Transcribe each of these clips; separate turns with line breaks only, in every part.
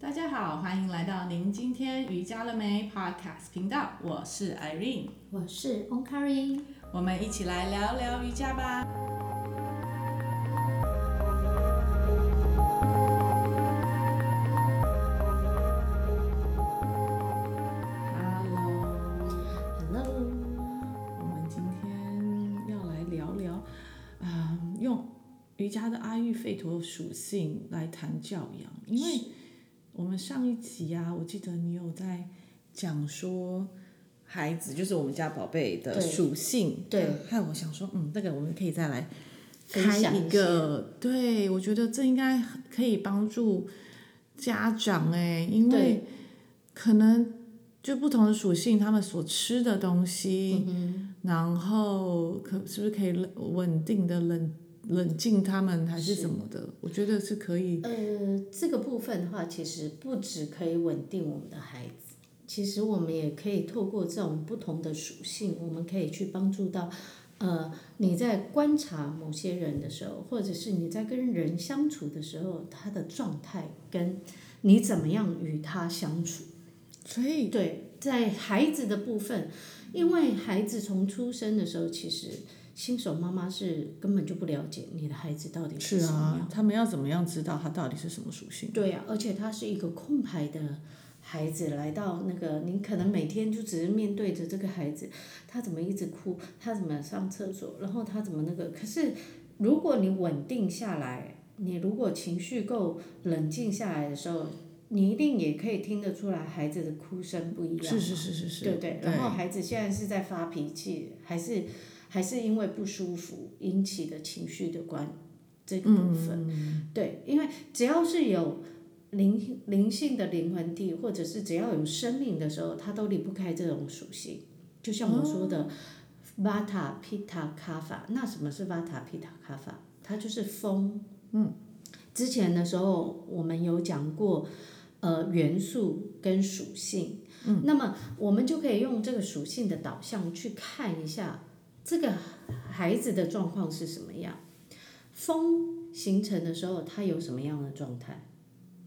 大家好，欢迎来到您今天瑜伽了没 Podcast 频道，我是 Irene，
我是 Onkari。
我们一起来聊聊瑜伽吧。Hello，
Hello，
我们今天要来聊聊，啊、用瑜伽的阿育吠陀属性来谈教养，因为我们上一集啊，我记得你有在讲说孩子，就是我们家宝贝的
对
属性，
对，
害我想说，嗯，那个我们可以再来
分
开
享一
一个，对我觉得这应该可以帮助家长哎、因为可能就不同的属性，他们所吃的东西，
嗯
然后可是不是可以冷稳定的冷冷静他们，还是
是
什么的？我觉得是可以，
呃，这个部分的话，其实不只可以稳定我们的孩子，其实我们也可以透过这种不同的属性，我们可以去帮助到，呃，你在观察某些人的时候，或者是你在跟人相处的时候，他的状态跟你怎么样与他相处。
所以
对，在孩子的部分，因为孩子从出生的时候，其实新手妈妈是根本就不了解你的孩子到底
是
什么样。
啊，他们要怎么样知道他到底是什么属性？
对啊，而且他是一个空白的孩子来到那个，你可能每天就只是面对着这个孩子，他怎么一直哭，他怎么上厕所，然后他怎么那个。可是如果你稳定下来，你如果情绪够冷静下来的时候，你一定也可以听得出来孩子的哭声不一样。
是是是是是，
对不对？然后孩子现在是在发脾气，还是还是因为不舒服引起的情绪的关这个部
嗯
分，对，因为只要是有灵灵性的灵魂体，或者是只要有生命的时候，它都离不开这种属性。就像我说的、v a t a Pitta Kapha，那什么是 Vata Pitta Kapha？它就是风。嗯，之前的时候我们有讲过，呃，元素跟属性。嗯，那么我们就可以用这个属性的导向去看一下这个孩子的状况是什么样。风形成的时候，它有什么样的状态？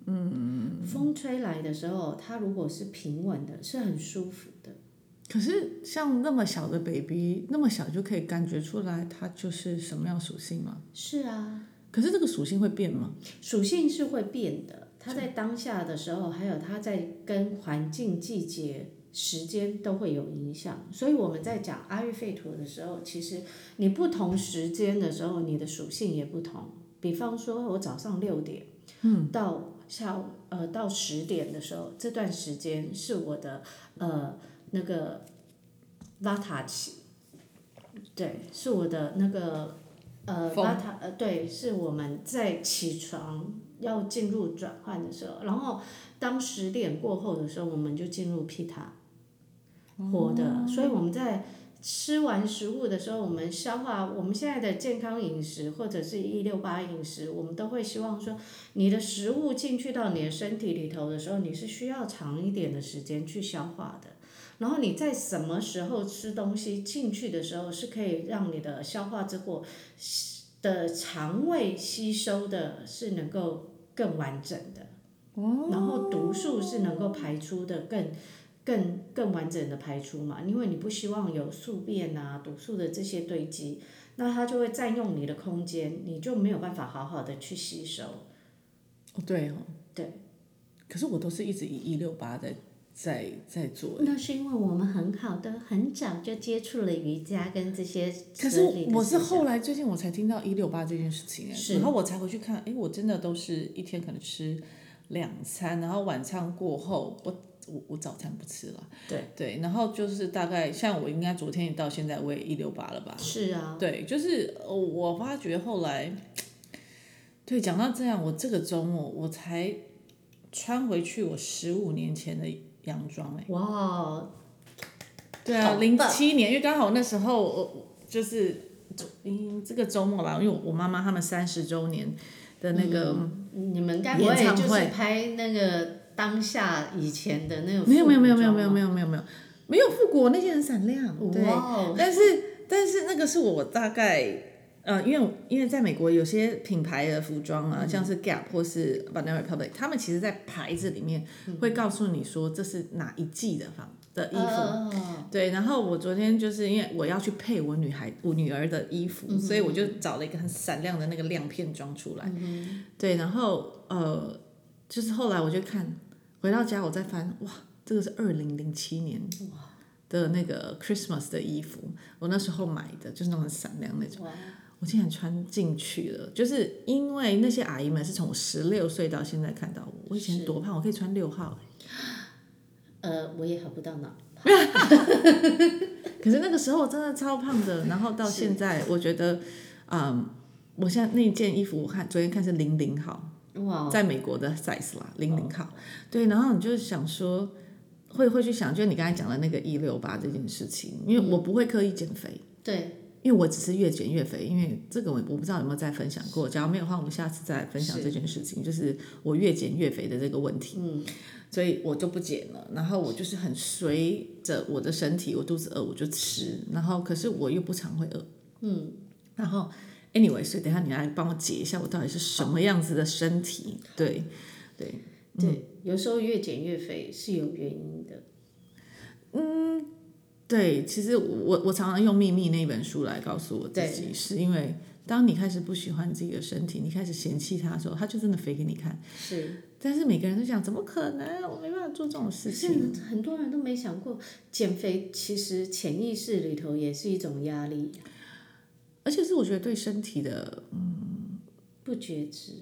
嗯，风吹来的时候，它如果是平稳的，是很舒服的。
可是像那么小的 baby，那么小就可以感觉出来他就是什么样属性吗？
是啊，
可是这个属性会变吗？
属性是会变的，它在当下的时候，还有它在跟环境、季节、时间都会有影响。所以我们在讲阿育吠陀的时候，其实你不同时间的时候，你的属性也不同。比方说，我早上六点，嗯，到下午呃到十点的时候，这段时间是我的呃那个拉塔期，对，是我的那个呃
风
拉塔呃对，是我们在起床要进入转换的时候，然后当十点过后的时候，我们就进入皮塔火的，所以我们在。吃完食物的时候，我们消化我们现在的健康饮食或者是一六八饮食，我们都会希望说，你的食物进去到你的身体里头的时候，你是需要长一点的时间去消化的。然后你在什么时候吃东西进去的时候，是可以让你的消化之后的肠胃吸收的是能够更完整的，然后毒素是能够排出的更。更更完整的排出嘛，因为你不希望有宿便啊、毒素的这些堆积，那它就会占用你的空间，你就没有办法好好的去吸收。
哦，对哦，
对。
可是我都是一直以一六八在在在做，
那是因为我们很好的很早就接触了瑜伽跟这些
可
哲
是
理的思想。
我是后来最近我才听到一六八这件事情，哎
是
然后我才回去看，哎，我真的都是一天可能吃两餐，然后晚餐过后我。我我早餐不吃了，
对
对，然后就是大概像我应该昨天也到现在我也一六八了吧，
是啊，
对，就是呃我发觉后来，对，讲到这样，我这个周末我才穿回去我十五年前的洋装哎、
哇，
对啊，
好
零
棒
七年，因为刚好那时候我我就是嗯这个周末吧，因为我妈妈他们三十周年的那个、
你们该不会
演唱
就
会
是拍那个当下以前的那个？
没有没有没有没有没有没有没有没有没有复古，那件很闪亮，对，
哇哦，
但是但是那个是我大概呃，因为因为在美国有些品牌的服装啊，像是 Gap 或是 Banana Republic，他们其实在牌子里面会告诉你说这是哪一季的房的衣
呃
服。
哦服，
对，然后我昨天就是因为我要去配我女孩我女儿的衣服，
嗯
所以我就找了一个很闪亮的那个亮片装出来。
嗯
对，然后呃，就是后来我就看回到家我再翻，哇，这个是二零零七年的那个 Christmas 的衣服，我那时候买的就是那种很闪亮那种，
哇
我竟然穿进去了，就是因为那些阿姨们是从我十六岁到现在看到我，我以前
是
多胖，我可以穿六号。
呃，我也好不到脑，
可是那个时候我真的超胖的，然后到现在，我觉得，嗯，我现在那件衣服我看昨天看是零零号，
哇，
在美国的 size 啦，零零号。对，然后你就想说，会会去想，就是你刚才讲的那个一六八这件事情，因为我不会刻意减肥，
对，
因为我只是越减越肥，因为这个我我不知道有没有再分享过，假如没有的话，我们下次再来分享这件事情，就是我越减越肥的这个问题。嗯，所以我就不减了，然后我就是很随着我的身体，我肚子饿我就吃，然后可是我又不常会饿，嗯，然后 anyway，所以等一下你来帮我解一下我到底是什么样子的身体，对，嗯
对，有时候越减越肥是有原因的。
对，其实我我常常用《秘密》那本书来告诉我自己，是因为当你开始不喜欢自己的身体，你开始嫌弃它的时候，它就真的肥给你看。
是，
但是每个人都想，怎么可能？我没办法做这种事
可
情。
是很多人都没想过，减肥其实潜意识里头也是一种压力，
而且是我觉得对身体的，
不觉知。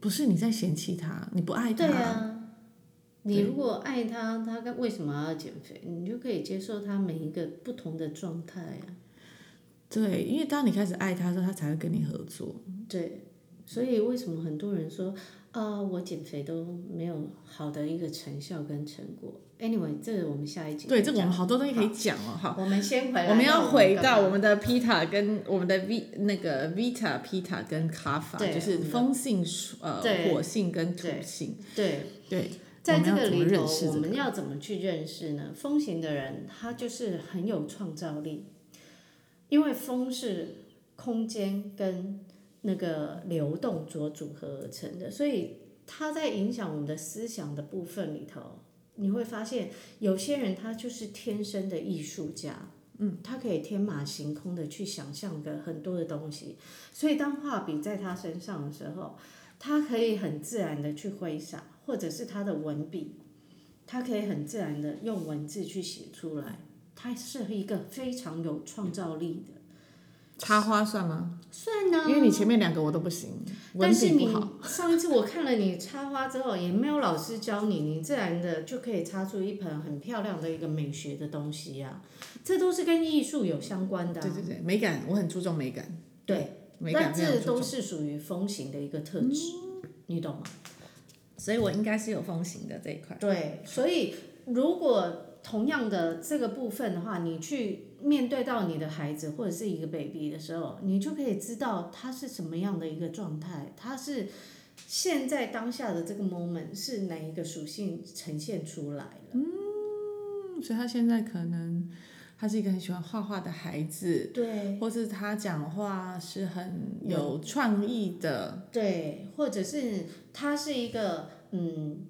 不是你在嫌弃它，你不爱它。
对啊，你如果爱他，他该为什么要减肥？你就可以接受他每一个不同的状态啊。
对因为当你开始爱它的时候，它才会跟你合作。
对，所以为什么很多人说啊，我减肥都没有好的一个成效跟成果？Anyway，这个我们下一集
对，
再
这个我们
讲
好多东西可以讲哦。好，
我们先回来，
我们要回到我
们
们的 Pita 跟我们的 V 那个 Vita Pita 跟 Kapha，
对
就是
我们的
风性呃
对
火性跟土
对
性。
干嘛对。
对，
在
我们
这
要
个
怎么
里头
认识，
我
这
们
个
要怎么去认识呢？风行的人，他就是很有创造力，因为风是空间跟那个流动所组合而成的，所以它在影响我们的思想的部分里头，你会发现有些人他就是天生的艺术家。嗯，他可以天马行空的去想象的很多的东西，所以当画笔在他身上的时候，他可以很自然的去挥洒，或者是他的文笔，他可以很自然的用文字去写出来。他是一个非常有创造力的，
插花算吗？
算呢、
因为你前面两个我都不行，文
但是
笔不
你
好。
上一次我看了你插花之后，也没有老师教你，你自然的就可以插出一盆很漂亮的一个美学的东西呀、这都是跟艺术有相关的、啊。
对对对，美感我很注重美感，
对，
美
但
感非常
这
注
都
重嗯
是属于风行的一个特质，你懂吗？
所以我应该是有风行的这一块。
对，所以如果同样的这个部分的话，你去面对到你的孩子或者是一个 baby 的时候，你就可以知道他是什么样的一个状态，他是现在当下的这个 moment 是哪一个属性呈现出来了。
嗯，所以他现在可能他是一个很喜欢画画的孩子，
对
或是他讲话是很有创意的。
对，或者是他是一个嗯，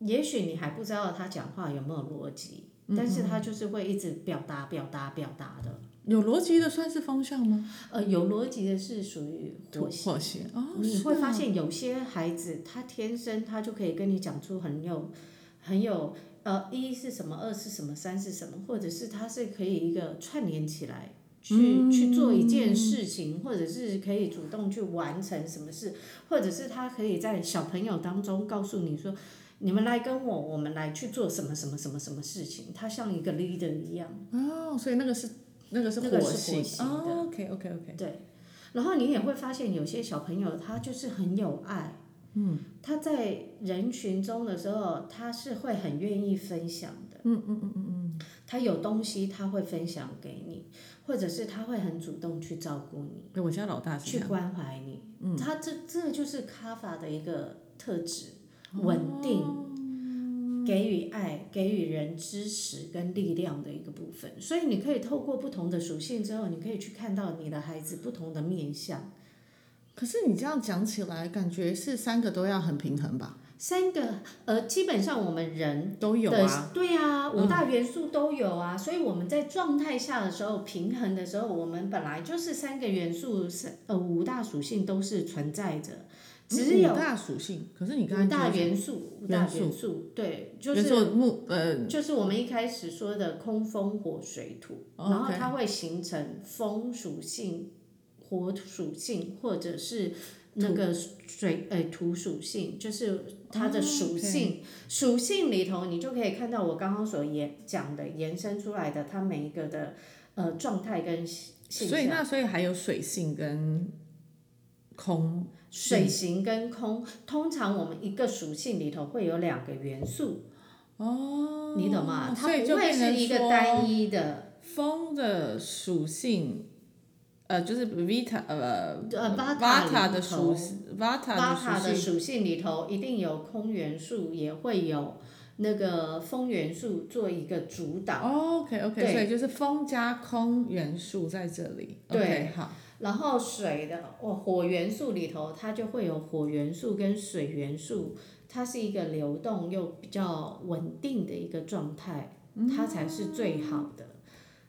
也许你还不知道他讲话有没有逻辑，但是他就是会一直表达表达表达的。
有逻辑的算是风向吗？
呃，有逻辑的是属于火星。
火星哦，
你
是
会
啊
发现有些孩子他天生他就可以跟你讲出很有很有呃一是什么，二是什么，三是什么，或者是他是可以一个串联起来。去
嗯
去做一件事情，或者是可以主动去完成什么事，或者是他可以在小朋友当中告诉你说，你们来跟我，我们来去做什么什么什么什么事情。他像一个 leader 一样，
哦，所以那个是那个是
那个
火
是
星
火星的
哦，OK OK OK，
对，然后你也会发现有些小朋友他就是很有爱，嗯，他在人群中的时候，他是会很愿意分享的，嗯嗯嗯嗯嗯，他有东西他会分享给你，或者是他会很主动去照顾你，
对我家老大是这
去
样，
关怀你，嗯，哦他这这就是卡法的一个特质，稳定。给予爱、给予人支持跟力量的一个部分。所以你可以透过不同的属性之后，你可以去看到你的孩子不同的面相。
可是你这样讲起来，感觉是三个都要很平衡吧？
三个呃，基本上我们人
都有
的
啊，
对啊，五大元素都有啊，所以我们在状态下的时候，平衡的时候，我们本来就是三个元素，三呃五大属性都是存在着，只
五
有
大属性。可是你刚才
五大
讲
元素，五大元素，对，就
元
是
素木呃
就是我们一开始说的空、风、火、水、土，
哦
然后
OK
它会形成风属性、火属性，或者是那个水呃土属性，就是它的
哦
属
OK
性。属性里头，你就可以看到我刚刚所延讲的延伸出来的它每一个的呃状态跟现现
所以
象。
那所以还有水性跟空，嗯
水型跟空，通常我们一个属性里头会有两个元素，哦，你懂吗？它
所以
不
就
会
变
是
成
一个
说
单一的。
风的属性，呃，就是 Vita 呃
呃，Vata 里
的
头
属 Vata
巴
的
塔
属
的
性，
属性里头一定有空元素，也会有那个风元素做一个主导。
哦 OK OK，
对
所以就是风加空元素在这里。
对
OK，好，
然后水的哦，火元素里头它就会有火元素跟水元素，它是一个流动又比较稳定的一个状态，它才是最好的。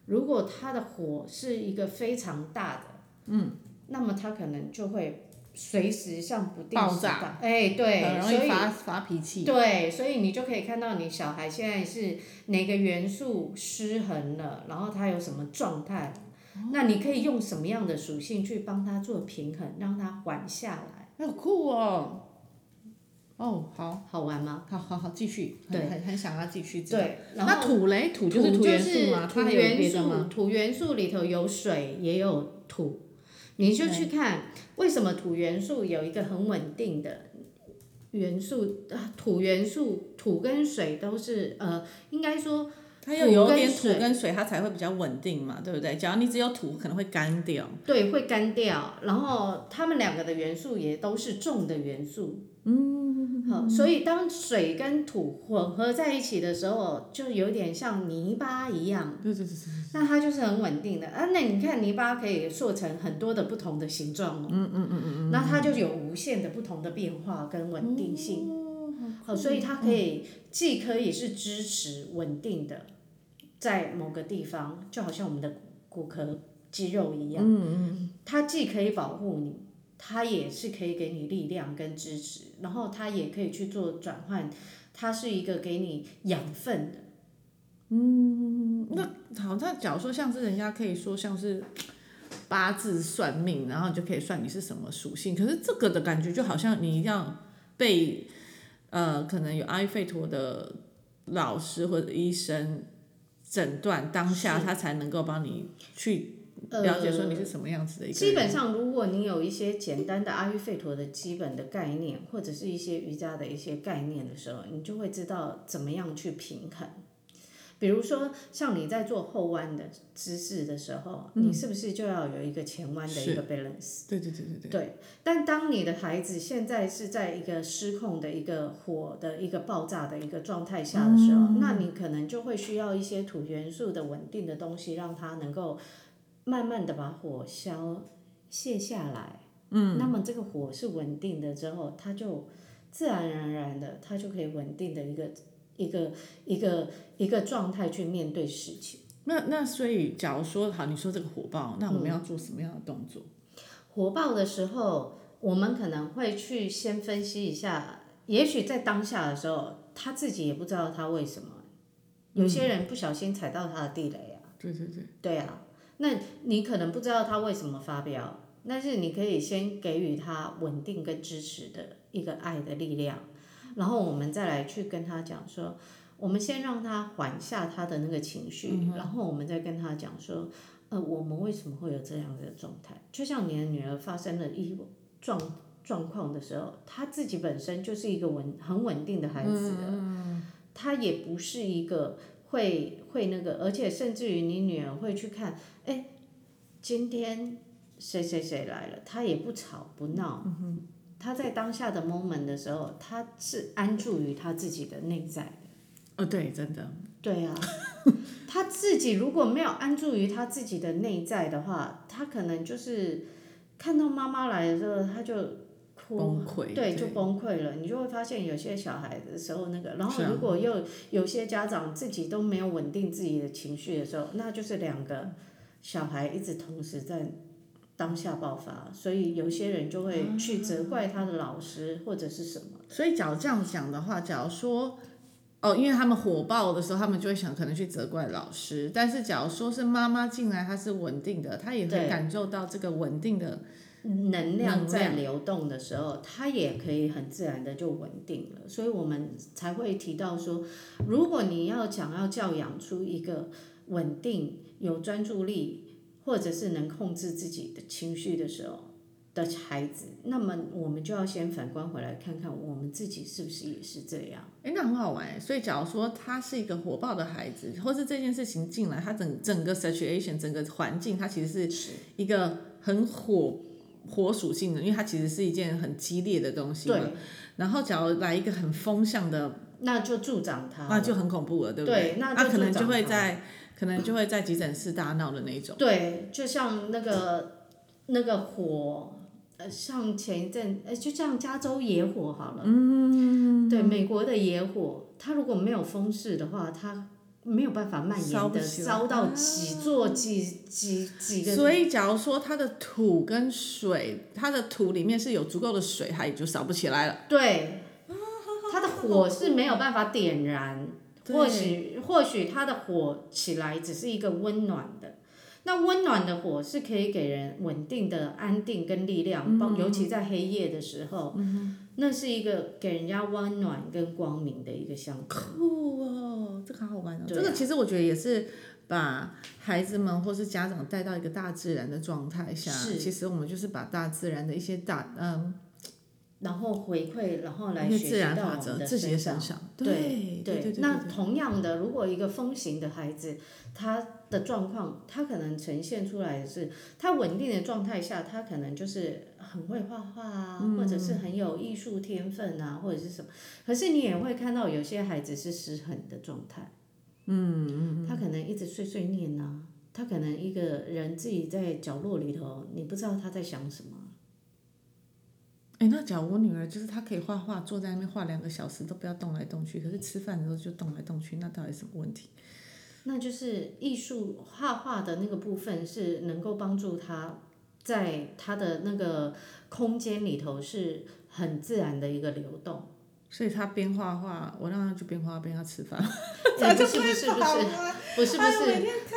如果它的火是一个非常大的，嗯，那么它可能就会随时像不定
爆
时
炸
的，哎，对，
很容
所
易
以
发发脾气。
对，所以你就可以看到你小孩现在是哪个元素失衡了，然后他有什么状态，那你可以用什么样的属性去帮他做平衡，让他缓下来，
哎好酷哦！哦，好，
好玩吗？
好好好，继续，
对
很很很想要继续知道。
对，然
那
后
土雷土就是
土
土元素吗？
土
它还有
元
别的吗？
素，土元素里头有水，也有土，你就去看为什么土元素有一个很稳定的元素，啊土元素土跟水都是呃，应该说。
它要有
土跟
点土
水
跟水，它才会比较稳定嘛，对不对？假如你只有土，可能会干掉。
对，会干掉。然后它们两个的元素也都是重的元素。嗯，好，所以当水跟土混合在一起的时候，就有点像泥巴一样。
对对对对。
那它就是很稳定的啊。那你看泥巴可以塑成很多的不同的形状哦。嗯嗯嗯嗯那它就有无限的不同的变化跟稳定性。哦好，嗯所以它可以既可以是支持稳定的，在某个地方，就好像我们的骨骼肌肉一样。嗯嗯。它既可以保护你。它也是可以给你力量跟支持，然后它也可以去做转换，它是一个给你养分的，
好，那假如说像是人家可以说像是八字算命，然后你就可以算你是什么属性。可是这个的感觉就好像你一定要被呃，可能有阿育吠陀的老师或者医生诊断当下，
是
他才能够帮你去
呃
了解说你是什么样子的一个
基
人。
本上，如果你有一些简单的阿育吠陀的基本的概念，或者是一些瑜伽的一些概念的时候，你就会知道怎么样去平衡。比如说，像你在做后弯的姿势的时候，
嗯
你是不是就要有一个前弯的一个 balance？
对对对对对。
对，但当你的孩子现在是在一个失控的一个火的一个爆炸的一个状态下的时候，那你可能就会需要一些土元素的稳定的东西，让它能够慢慢的把火消泄下来。嗯，那么这个火是稳定的之后，它就自然而然的，它就可以稳定的一个一个一个一个状态去面对事情。
那那所以，假如说好，你说这个火爆，那我们要做什么样的动作？
火爆的时候，我们可能会去先分析一下，也许在当下的时候，他自己也不知道他为什么，有些人不小心踩到他的地雷啊，
嗯对对对，
对啊，那你可能不知道他为什么发飙，但是你可以先给予他稳定跟支持的一个爱的力量，然后我们再来去跟他讲说。我们先让他缓下他的那个情绪，
嗯
然后我们再跟他讲说，呃，我们为什么会有这样的状态？就像你的女儿发生了一状状况的时候，她自己本身就是一个稳很稳定的孩子的，她也不是一个会会那个，而且甚至于你女儿会去看，哎，今天谁谁谁来了，她也不吵不闹。她在当下的 moment 的时候，她是安住于她自己的内在的，
哦，对，真的，
对啊，他自己如果没有安住于他自己的内在的话，他可能就是看到妈妈来的时候，他就哭
崩溃。
对，就崩溃了。你就会发现有些小孩的时候那个，然后
是啊
如果又有些家长自己都没有稳定自己的情绪的时候，那就是两个小孩一直同时在当下爆发，所以有些人就会去责怪他的老师或者是什么。
所以，假如这样讲的话，假如说，哦，因为他们火爆的时候，他们就会想可能去责怪老师。但是，假如说是妈妈进来，她是稳定的，她也会
对
感受到这个稳定的。
能量
能
在
量
流动的时候，它也可以很自然的就稳定了。所以我们才会提到说，如果你要想要教养出一个稳定、有专注力，或者是能控制自己的情绪的时候的孩子，那么我们就要先反观回来看看我们自己是不是也是这样。
哎，那很好玩诶。所以，假如说他是一个火爆的孩子，或是这件事情进来，他整整个 situation 整个环境，他其实是一个很火火属性的，因为它其实是一件很激烈的东西嘛。
对，
然后，假如来一个很风向的，
那就助长他。
那就很恐怖了，对不
对那
那
就
可能
助长
就会
它
在可能就会在急诊室大闹的那一种。
对，就像那个那个火，呃，像前一阵，呃，就像加州野火好了，嗯，对，美国的野火，它如果没有风势的话，它没有办法蔓
烧
延
不
的
起来啊
烧到几座、几几几个，
所以，假如说它的土跟水，它的土里面是有足够的水，它也就烧不起来了。
对，它的火是没有办法点燃。或许或许它的火起来只是一个温暖的，那温暖的火是可以给人稳定的安定跟力
嗯
量，包尤其在黑夜的时候，那是一个给人家温暖跟光明的一个象征。
酷哦，这个好好玩哦。
对啊
这个其实我觉得也是把孩子们或是家长带到一个大自然的状态下。
是
其实我们就是把大自然的一些大嗯
然后回馈，然后来
一
学
些自
习
然
到
法
我们
则
的
自己的
上
身。上。
对
对对对。
那同样的，如果一个风行的孩子，他的状况，他可能呈现出来的是，他稳定的状态下，他可能就是很会画画啊，或者是很有艺术天分啊，或者是什么。可是你也会看到有些孩子是失衡的状态，嗯嗯，他可能一直碎碎念啊，他可能一个人自己在角落里头，你不知道他在想什么。
哎，那假如我女儿就是她可以画画，坐在那边画两个小时都不要动来动去，可是吃饭的时候就动来动去，那到底什么问题？
那就是艺术画画的那个部分是能够帮助他在他的那个空间里头是很自然的一个流 动。
所以她边画画，我让她就边画画边要吃饭，
哎不是不是不是不是不
哎呦
是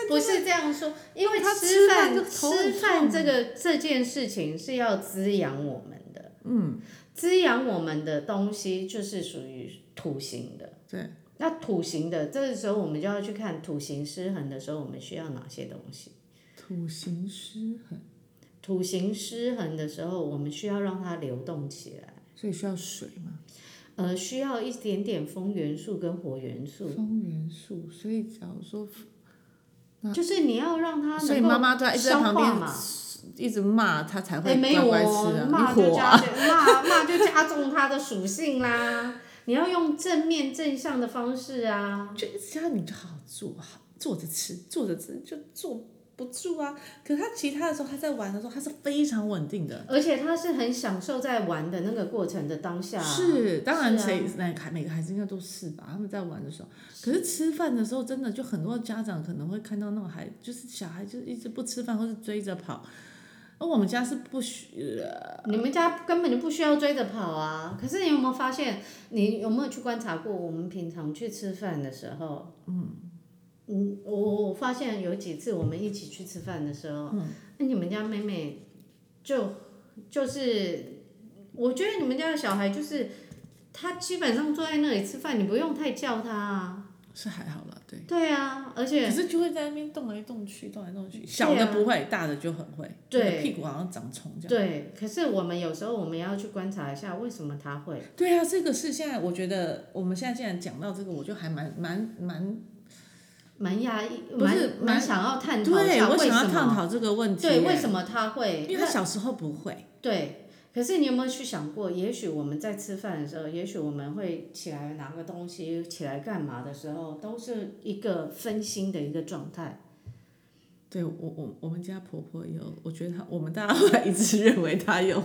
不是这样说，因为
他
吃
吃饭就头
吃
很
饭这个这件事情是要滋养我们的，嗯，滋养我们的东西就是属于土型的，
对。
那土型的，这个时候我们就要去看土型失衡的时候，我们需要哪些东西。
土行湿很，
土型失衡的时候，我们需要让它流动起来，
所以需要水嘛，
呃，需要一点点风元素跟火元素，
风元素。所以假如说，
就是你要让它
所以
能够
妈妈对她一直在
消
旁
化
边
嘛。
一直骂他才会
哎，没有
乖乖吃
哦，
啊，
骂
你
就
火啊！
加骂骂就加重它的属性啦。你要用正面正向的方式啊，
就一直叫你就好好坐，好坐着吃，坐着吃就坐不住啊。可是他其他的时候，他在玩的时候，他是非常稳定的。
而且他是很享受在玩的那个过程的当下啊。
是，当然
是啊
谁那孩每个孩子应该都是吧？他们在玩的时候，可是吃饭的时候，真的就很多家长可能会看到那种孩，就是小孩就一直不吃饭，或是追着跑。而我们家是不许，
呃你们家根本就不需要追着跑啊！可是你有没有发现，你有没有去观察过，我们平常去吃饭的时候，嗯，嗯，我我发现有几次我们一起去吃饭的时候，嗯，那你们家妹妹就就是，我觉得你们家的小孩就是，他基本上坐在那里吃饭，你不用太叫他啊，
是还好了，对。
对啊，而且嗯啊
可是就会在那边动来动去，动来动去。小的不会，大的就很会。
对
屁股好像长虫这样。
对，可是我们有时候我们要去观察一下，为什么他会。
对啊，这个是现在我觉得，我们现在既然讲到这个，我就还蛮蛮蛮，
蛮压抑，
不是
蛮蛮
蛮
想要探讨一
对
下
我
为
想
什
要探
么？
讨这个问题耶。
对，为什么他会？
因为他小时候不会，
对，可是你有没有去想过，也许我们在吃饭的时候，也许我们会起来拿个东西，起来干嘛的时候，都是一个分心的一个状 态。
对我我我们家婆婆有，我觉得她我们大家会一致认为她有，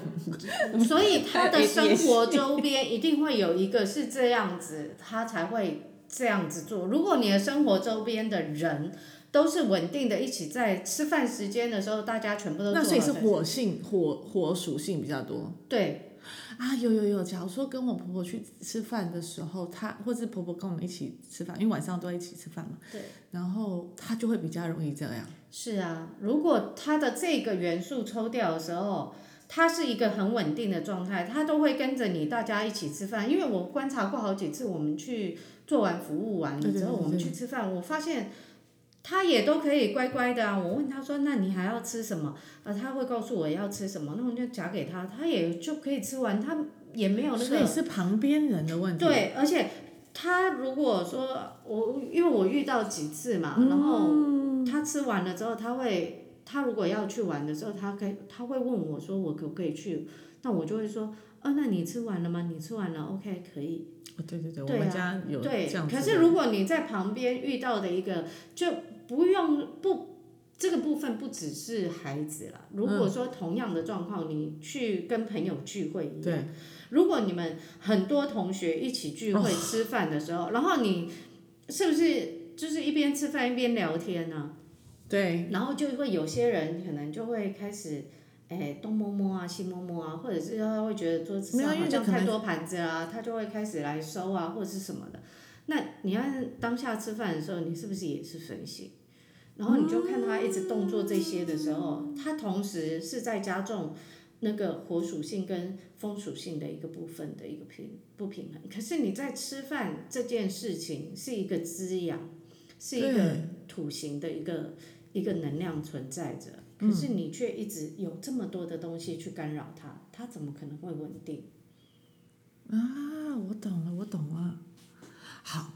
所以他的生活周边一定会有一个是这样子，他才会这样子做。如果你的生活周边的人都是稳定的，一起在吃饭时间的时候，大家全部都做
那
好
所以是
的
火性火火属性比较多
对
啊。有有有，假如说跟我婆婆去吃饭的时候，她或是婆婆跟我们一起吃饭，因为晚上都在一起吃饭嘛，
对，
然后她就会比较容易这样。
是啊。如果他的这个元素抽掉的时候，他是一个很稳定的状态，他都会跟着你大家一起吃饭。因为我观察过好几次，我们去做完服务完了
对对
之后，
对对
我们去吃饭，我发现他也都可以乖乖的啊。我问他说：“那你还要吃什么？”啊，他会告诉我要吃什么，那我就夹给他，他也就可以吃完，他也没有那
所以
个
是旁边人的问题。
对，而且他如果说我，因为我遇到几次嘛，
嗯
然后他吃完了之后，他会，他如果要去玩的时候，他可以，他会问我说我可不可以去，那我就会说，哦，那你吃完了吗？你吃完了，OK，可以。
哦对对对，
对啊
我们家有
对
这样，子的。
可是如果你在旁边遇到的一个，就不用不这个部分不只是孩子啦。如
嗯
果说同样的状况，你去跟朋友聚会一样
对，
如果你们很多同学一起聚
哦
会吃饭的时候，然后你是不是就是一边吃饭一边聊天呢、啊
对，
然后就会有些人可能就会开始，哎，东摸摸啊，西摸摸啊，或者是他会觉得桌子
没有
上
因为
好
这
像
可能
太多盘子啦、他就会开始来收啊，或者是什么的。那你要是当下吃饭的时候，你是不是也是分心？然后你就看他一直动作这些的时候，他同时是在加重那个火属性跟风属性的一个部分的一个平不平衡。可是你在吃饭这件事情是一个滋养，是一个
对
土型的一个一个能量存在着，
嗯
可是你却一直有这么多的东西去干扰它，它怎么可能会稳定？
啊，我懂了，我懂了。好，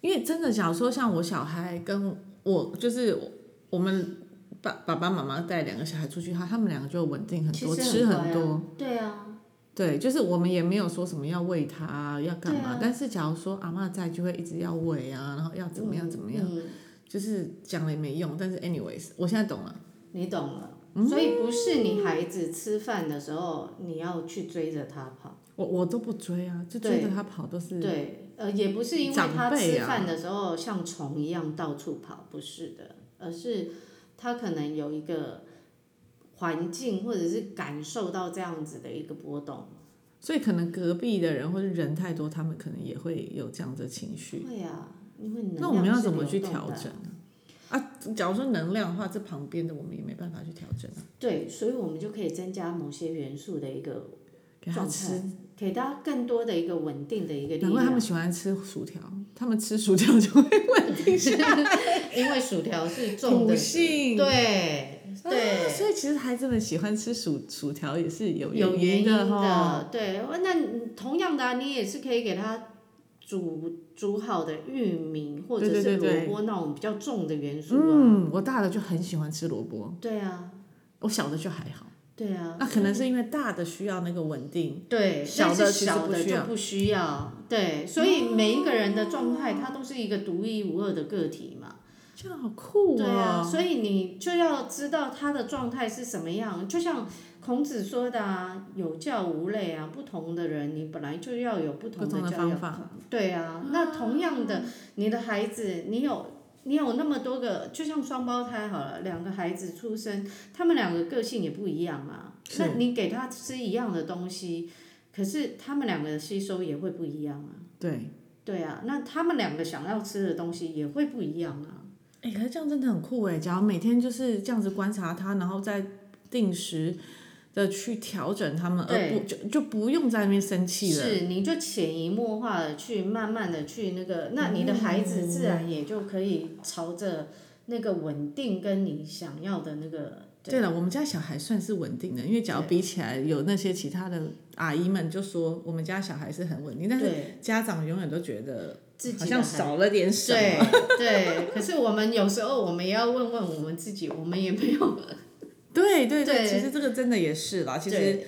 因为真的，假如说像我小孩跟我，就是我们爸爸爸妈妈带两个小孩出去，他他们两个就稳定很
其
多，
实
吃
很乖
很
啊
多。
对啊，
对，就是我们也没有说什么要喂他要干嘛，
对啊
但是假如说阿妈在，就会一直要喂啊，然后要怎么样怎么样，
嗯
就是讲了也没用。但是 anyways，我现在懂了。
你懂了。
嗯
所以不是你孩子吃饭的时候，你要去追着他跑。
我我都不追啊，就
对
追着他跑都是。
对，呃，也不是因为
长
他
辈
吃
啊
饭的时候像虫一样到处跑，不是的，而是他可能有一个环境，或者是感受到这样子的一个波动。
所以可能隔壁的人或者人太多，他们可能也会有这样的情绪。
会啊，因为能
那我们
量
要
是
怎么
流
去
动
调
的啊
整呢？啊，假如说能量的话，这旁边的我们也没办法去调整啊，
对，所以我们就可以增加某些元素的一个，
给他
状
吃。
给大家更多的一个稳定的一个力
难怪他
量
们。喜欢吃薯条，他们吃薯条就会稳定下来。
因为薯条是 重
土
的，
性
对对
啊，所以其实孩子们喜欢吃薯薯条也是有
有
原
因
的哈。
对，那你同样的、啊，你也是可以给他煮煮好的玉米或者
对
是
对对
萝
对
卜那种比较重的元素啊。
嗯，我大的就很喜欢吃萝卜，
对啊，
我小的就还好。
对啊。
那可能是因为大的需要那个稳定，
对，
小
但是
的其实
小
不
的
需
就
要
不需要。对，所以每一个人的状态，他都是一个独一无二的个体嘛。
这样好酷
对啊，
哦。
所以你就要知道他的状态是什么样。就像孔子说的啊，有教无类啊，不同的人你本来就要有不同
不同的
教养
方法。
对啊，那同样的，你的孩子，你有你有那么多个，就像双胞胎好了，两个孩子出生，他们两个个性也不一样啊。
是
那你给他吃一样的东西，可是他们两个的吸收也会不一样啊。
对，
对啊，那他们两个想要吃的东西也会不一样啊。
哎、可是这样真的很酷哎！假如每天就是这样子观察他，然后再定时的去调整他们，而
对
不就就不用在那边生气了。
是，你就潜移默化的去慢慢的去那个，那你的孩子自然也就可以朝着那个稳定跟你想要的那个。
对了，我们家小孩算是稳定的，因为假如比起来有那些其他的阿姨们就说我们家小孩是很稳定，但是
对
家长永远都觉得
自己
好
的
像
孩
少了点什么。
对对，可是我们有时候我们也要问问我们自己，我们也没有
对对
对
其实这个真的也是啦，其实
对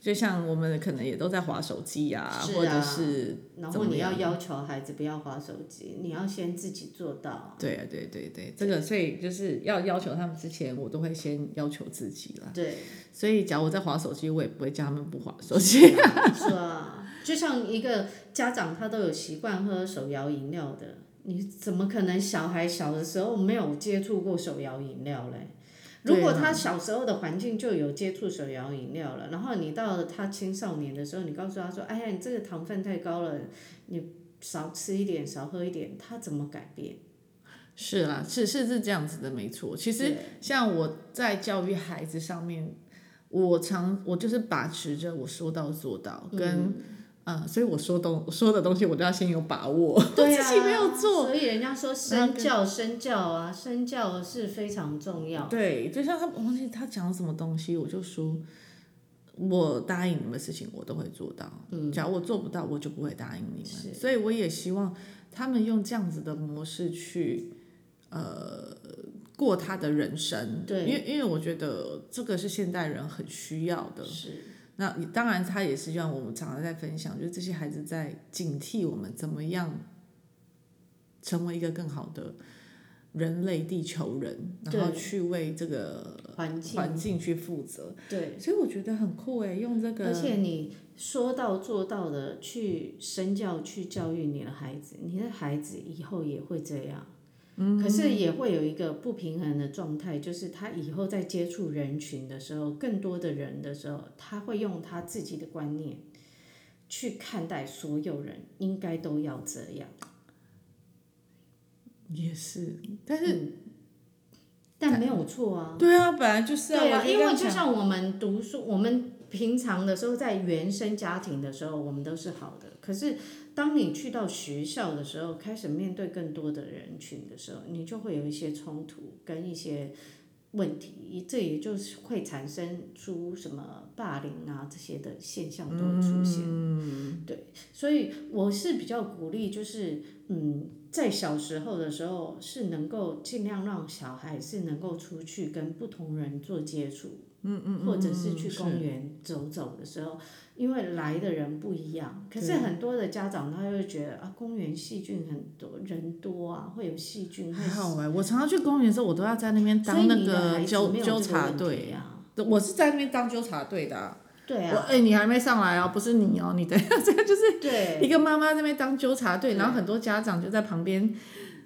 就像我们可能也都在划手机呀、
是啊
或者是
然
怎
后
么
你要
样
要求孩子不要划手机，你要先自己做到。
对啊对对对，这个所以就是要要求他们之前，我都会先要求自己啦。
对，
所以假如我在划手机，我也不会叫他们不划手机。
是啊，就像一个家长他都有习惯喝手摇饮料的，你怎么可能小孩小的时候没有接触过手摇饮料嘞？如果
对啊
他小时候的环境就有接触手摇饮料了，然后你到了他青少年的时候，你告诉他说：“哎呀，你这个糖分太高了，你少吃一点，少喝一点。”他怎么改变？
是啦，是是是这样子的，没错。其实
对
像我在教育孩子上面，我常我就是把持着我说到做到，
嗯
跟、呃，所以我说东说的东西，我都要先有把握。
对 啊
我自己没有做。
所以人家说
然
身教，身教啊，身教是非常重要。
对，就像他我忘记他讲什么东西，我就说，我答应你们的事情我都会做到。嗯，假如我做不到，我就不会答应你们。所以我也希望他们用这样子的模式去，呃，过他的人生。
对
因为因为我觉得这个是现代人很需要的。
是，
那你当然，他也是让我们常常在分享，就是这些孩子在警惕我们怎么样成为一个更好的人类地球人，然后
对
去为这个
环境
环境去负责。
对。
所以我觉得很酷诶，用这
而
个
且你说到做到的去身教去教育你的孩子，你的孩子以后也会这样。嗯，可是也会有一个不平衡的状态，就是他以后在接触人群的时候，更多的人的时候，他会用他自己的观念去看待所有人，应该都要这样。
也是，但是、
但没有错啊，
对啊，本来就是
对
啊，
啊，
我
因
这
为
样
就
想
像我们读书，我们平常的时候在原生家庭的时候，我们都是好的。可是当你去到学校的时候，开始面对更多的人群的时候，你就会有一些冲突跟一些问题，这也就是会产生出什么霸凌啊这些的现象都会出现。对，所以我是比较鼓励，就是嗯，在小时候的时候是能够尽量让小孩是能够出去跟不同人做接触，嗯嗯或者是去公园走走的时候，因为来的人不一样。可是很多的家长他就会觉得啊，公园细菌很多，人多啊，会有细菌，会
还好哎，我常常去公园的时候，我都要在那边当那个纠纠察队，
啊。
我是在那边当纠察队的、啊。
对
我
啊，
哎、你还没上来哦，不是你哦，你等一下，这个就是。
对，
一个妈妈在那边当纠察队，
对
然后很多家长就在旁边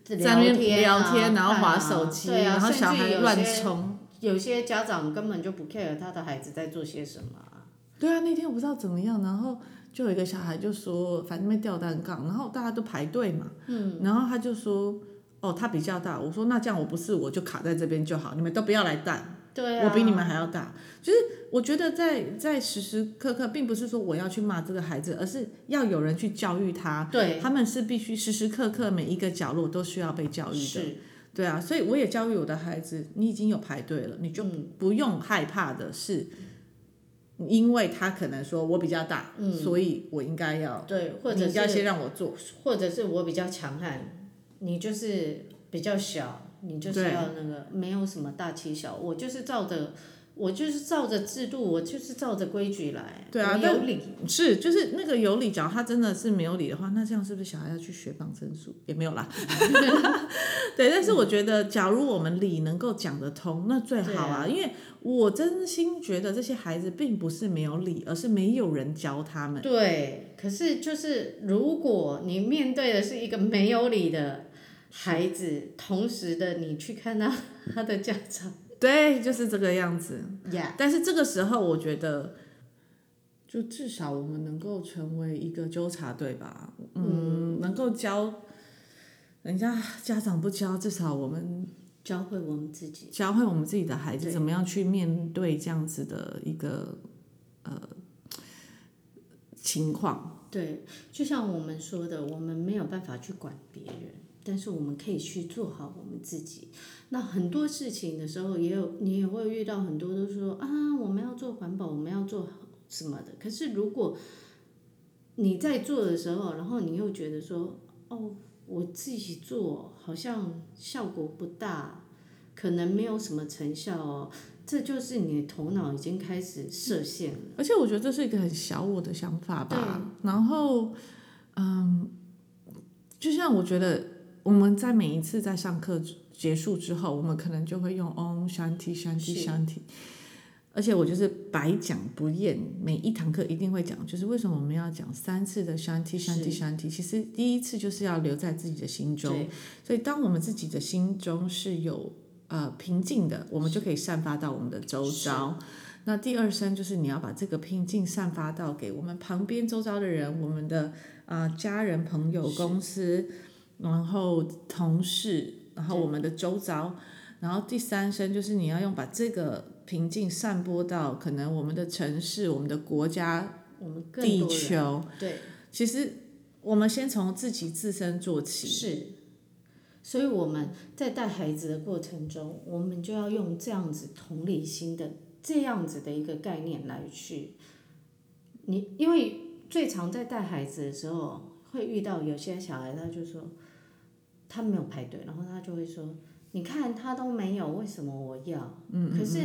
在那
聊
边
天
聊
啊
天，然后
看
划
啊
手机，
对啊，
然后小
甚
孩
至有
乱
些
冲。
有些家长根本就不 care 他的孩子在做些什么啊、
对啊，那天我不知道怎么样，然后就有一个小孩就说，反正被吊单杠，然后大家都排队嘛，嗯，然后他就说，哦，他比较大，我说那这样我不是我就卡在这边就好，你们都不要来带，
对啊，
我比你们还要大。就是我觉得在在时时刻刻，并不是说我要去骂这个孩子，而是要有人去教育他，
对
他们是必须时时刻刻每一个角落都需要被教育的。
是
对啊，所以我也教育我的孩子，你已经有排队了，你就
嗯
不用害怕的是，因为他可能说我比较大，所以我应该要，
对，嗯或者
你要
是
先让我做，
或者是我比较强悍，你就是比较小，你就是
对
要那个没有什么大欺小，我就是照着我就是照着制度，我就是照着规矩来，
对啊
我有理，
是就是那个有理，假如他真的是没有理的话，那这样是不是小孩要去学绑身术也没有 啦？对，但是我觉得，假如我们理能够讲得通，那最好啊，因为我真心觉得这些孩子并不是没有理，而是没有人教他们。
对，可是就是如果你面对的是一个没有理的孩子，同时的你去看到他的家长，
对，就是这个样子。
呀、
但是这个时候，我觉得，就至少我们能够成为一个纠察队吧，嗯，能够教人家家长不教，至少我们
教会我们自己。
教会我们自己的孩子
对
怎么样去面对这样子的一个呃情况。
对，就像我们说的，我们没有办法去管别人，但是我们可以去做好我们自己。那很多事情的时候，也有你也会遇到很多都说啊，我们要做环保，我们要做什么的。可是如果你在做的时候，然后你又觉得说，哦，我自己做好像效果不大，可能没有什么成效哦。这就是你头脑已经开始设限了。
而且我觉得这是一个很小我的想法吧。然后，嗯，就像我觉得我们在每一次在上课之结束之后，我们可能就会用哦 Om Shanti Shanti
是
Shanti。而且我就是百讲不厌，每一堂课一定会讲，就是为什么我们要讲三次的 Shanti
是
Shanti Shanti。其实第一次就是要留在自己的心中，
对，
所以，当我们自己的心中是有呃平静的，我们就可以散发到我们的周遭。那第二声就是你要把这个平静散发到给我们旁边周遭的人，我们的啊、呃家人、朋友、
是
公司，然后同事，然后
对
我们的周遭。然后第三声就是你要用把这个平静散播到可能我们的城市、我们的国家、
我们更
地
多人
球。
对
其实我们先从自己自身做起，
是，所以我们在带孩子的过程中，我们就要用这样子同理心的这样子的一个概念来去，你因为最常在带孩子的时候，会遇到有些小孩他就说他没有排队，然后他就会说，你看他都没有，为什么我要？嗯可是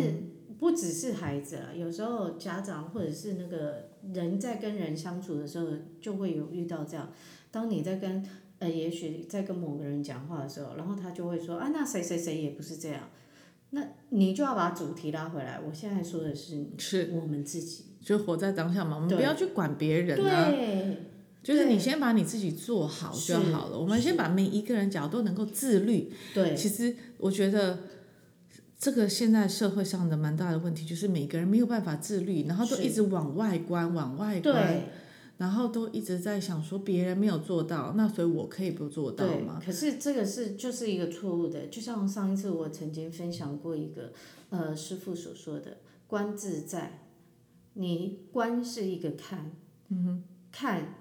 不只是孩子了，有时候家长或者是那个人在跟人相处的时候，就会有遇到这样。当你在跟呃，也许在跟某个人讲话的时候，然后他就会说啊，那谁谁谁也不是这样，那你就要把主题拉回来。我现在说的是
是
我们自己，
就活在当下嘛，我们
对
不要去管别人啊。
对，
就是你
对
先把你自己做好就好了。我们先把每一个人角度能够自律。
对，
其实我觉得这个现在社会上的蛮大的问题，就是每个人没有办法自律，然后都
是
一直往外观，往外观，
对，
然后都一直在想说别人没有做到，那所以我可以不做到
对
吗？。
可是这个是就是一个错误的，就像上一次我曾经分享过一个呃师傅所说的“观自在”，你观是一个看，嗯看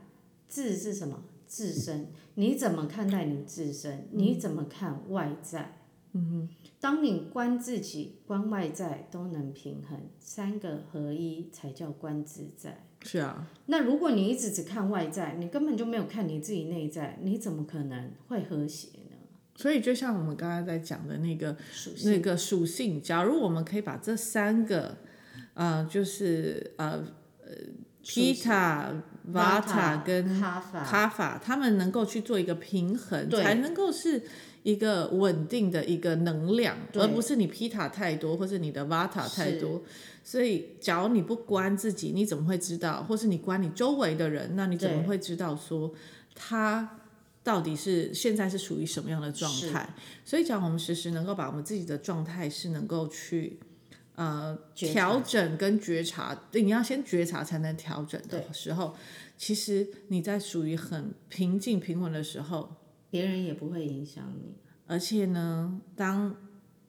自是什么？自身，你怎么看待你自身？你怎么看外在？嗯哼，当你观自己、观外在都能平衡，三个合一才叫观自在。
是啊，
那如果你一直只看外在，你根本就没有看你自己内在，你怎么可能会和谐呢？
所以就像我们刚刚在讲的那个
属
那
性
个属性，假如我们可以把这三个，呃，就是呃
属性
Pita、Vata 跟
哈法，
卡法，他们能够去做一个平衡，
对
才能够是一个稳定的一个能量，
对
而不是你 Pita 太多，或是你的 Vata 太多。所以，假如你不关自己，你怎么会知道？或是你关你周围的人，那你怎么
对
会知道说他到底是现在是属于什么样的状态？所以，讲我们时时能够把我们自己的状态是能够去。呃，
觉察
调整跟觉察，对你要先觉察才能调整的时候，其实你在属于很平静平稳的时候，
别人也不会影响你。
而且呢，当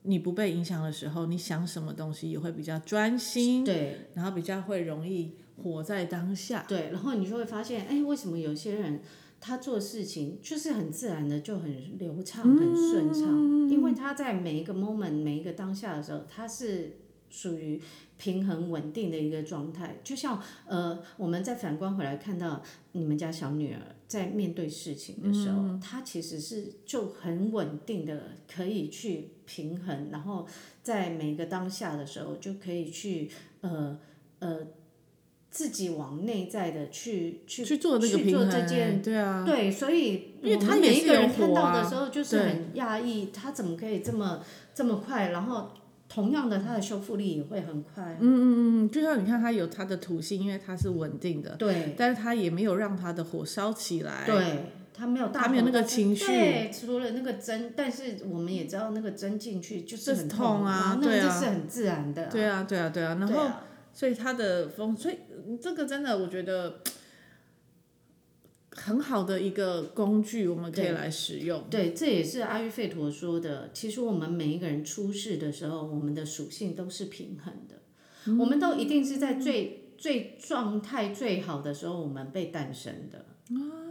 你不被影响的时候，你想什么东西也会比较专心，
对
然后比较会容易活在当下。
对，然后你就会发现，哎，为什么有些人他做事情就是很自然的就很流畅、很顺
嗯
畅？因为他在每一个 moment、每一个当下的时候，他是。属于平衡稳定的一个状态，就像呃，我们再反观回来看到你们家小女儿在面对事情的时候，她其实是就很稳定的，可以去平衡，然后在每个当下的时候就可以去呃呃自己往内在的去去
去做这个
去
平
做
衡，
这件
对啊，
对，所以
因为
我
他
们
也
每
是
一个
有
人看
火
到的
啊
时候，就是
对
很讶异，他怎么可以这么这么快？然后同样的，他的修复力也会很快。
嗯嗯嗯，就像你看，它有它的土星，因为它是稳定的，
对
但是它也没有让它的火烧起来，
对，他没有大
它没有
吼
那个
大叫
情绪
对，除了那个针，但是我们也知道那个针进去就是
这是
很
痛啊
啊，那
对
个就
啊
是很自然的啊。
对啊，对啊，对啊，然
对
后
啊
所以他的风，所以嗯这个真的我觉得很好的一个工具，我们可以
对
来使用。
对，这也是阿育吠陀说的。其实我们每一个人出世的时候，我们的属性都是平衡的，我们都一定是在最最状态最好的时候，我们被诞生的。
啊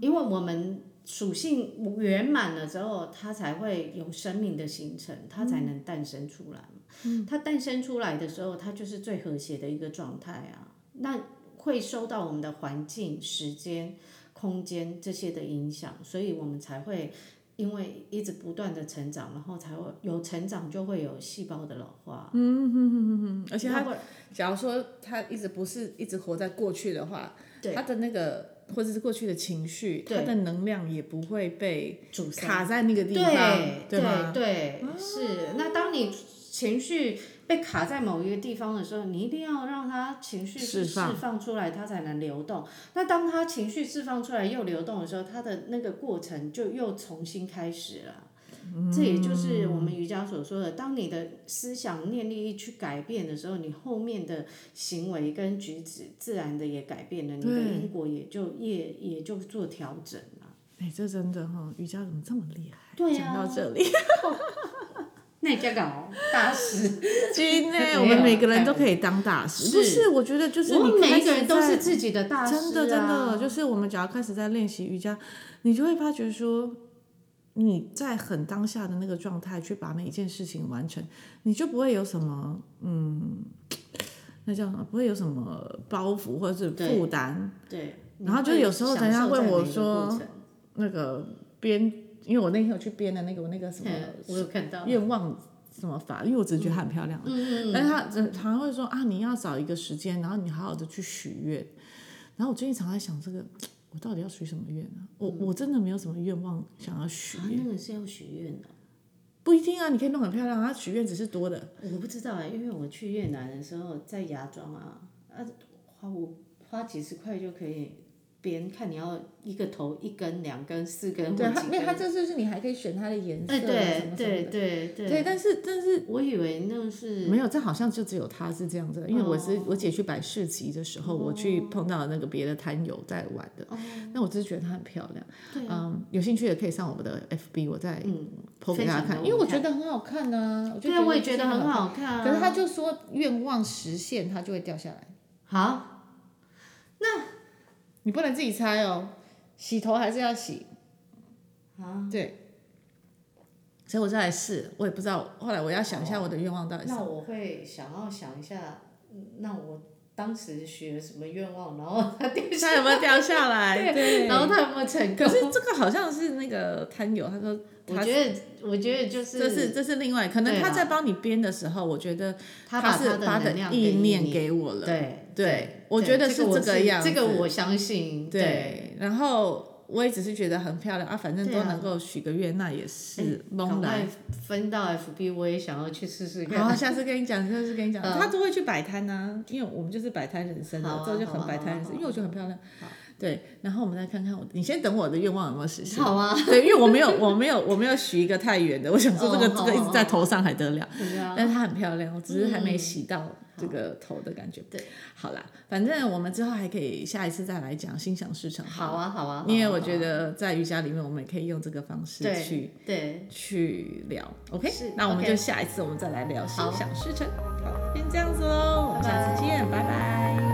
因为我们属性圆满了之后，它才会有生命的形成，它才
嗯
能诞生出来嘛。它诞生出来的时候，它就是最和谐的一个状态啊。那会受到我们的环境、时间、空间这些的影响，所以我们才会因为一直不断的成长，然后才会有成长，就会有细胞的老化。
嗯，而且他，假如说他一直不是一直活在过去的话，
对，
他的那个或者是过去的情绪，
对
他的能量也不会被
阻塞。
卡在那个地
对
方，对吗？哦
对，是。那当你情绪被卡在某一个地方的时候，你一定要让它情绪
释
释放出来，它才能流动。那当它情绪释放出来又流动的时候，它的那个过程就又重新开始了。
嗯
这也就是我们瑜伽所说的，当你的思想念力一去改变的时候，你后面的行为跟举止自然的也改变了，你的
对
因果也就也也就做调整了。
哎、这真的哈、瑜伽怎么这么厉害？
对啊呀、
讲到这里，
那你在搞大师。
今
没
天
有哎
我们每个人都可以当大师，
是
不是？我觉得就是
我
你
们每
开
一个人
始
都是
在
自己的大师、啊，
真的真的，就是我们只要开始在练习瑜伽，你就会发觉说，你在很当下的那个状态去把每一件事情完成，你就不会有什么嗯，那叫什么？不会有什么包袱或者是
对
负担。
对。
然后就有时候人家问我说
你会享受在每
那
一个过程，
个编，因为我那天有去编的那个我那个什么
嗯，我有看到，
愿望什么法，因为我只是觉得它很漂亮。啊
嗯
但是他常常会说啊，你要找一个时间，然后你好好的去许愿。然后我最近常在想这个，我到底要许什么愿啊？我
嗯
我真的没有什么愿望想要许
啊，
愿，
那个是要许愿的，
不一定啊，你可以弄很漂亮啊，许愿只是多的。
我不知道啊，因为我去越南的时候，在芽庄啊，啊，花我花几十块就可以，别人看你要一个头一根、两根、四根或几根，
这就是你还可以选它的颜啊
哎，
什
对
么
对对
对对，但是但是。
我以为那是哦
没有，这好像就只有他是这样子的，因为我是、我姐去摆市集的时候，我去碰到那个别的摊友在玩的，那我只是觉得她很漂亮，
哦对
嗯，有兴趣也可以上我们的 FB，我再
嗯
PO 给大家
分享给我
看，
们
因为我觉得很好看呐、啊，我就
对啊，我也觉得
很
很
看。
好看啊。
可是他就说愿望实现，它就会掉下来，
好，
你不能自己猜哦，洗头还是要洗啊，对。所以我就来试，我也不知道，后来我要想一下
哦
我的愿望到底是什么。
那我会想要想一下，嗯那我当时许了什么愿望，然后他定下
它有没有掉下来？对
然后他有没有成
可
功？
是这个好像是那个摊友，他说
我
他
觉得，我觉得就是
这是这是另外，可能
对啦
他在帮你编的时候，我觉得
他把
他是
他
把
的
的
能量
意念
给
给我
你
了。
对
对我觉得是
这我
这个样子
这个我相信。嗯对，
对，然后我也只是觉得很漂亮啊，反正
对
都
啊哎
能够许个愿，那也是
赶
懵
快
然。
分到 FB，我也想要去试试
然后
看。
下次跟你讲，下次跟你讲，
嗯
他都会去摆摊啊，因为我们就是摆摊人生
好
的
啊，
这就
好啊
很摆摊人
好啊
生，因为我觉得很漂亮。对，然后我们再看看我，你先等我的愿望有没有 实现。
好啊，
对，因为我没有，我没有，我没有许一个太远的，我想说这个、
哦好
这个一
好
直在头上还得了。
对啊，嗯
但是它很漂亮，我只是还没洗到这个头的感觉。
对，
好啦，反正我们之后还可以下一次再来讲心想事成。
好啊，好啊，
因为我
得
觉得在瑜伽里面，我们也可以用这个方式去
对对，
去聊。OK，
是
那我们
OK
就下一次我们再来聊心
好
想事成。好，先这样子喽，我们下
拜拜
次见，拜拜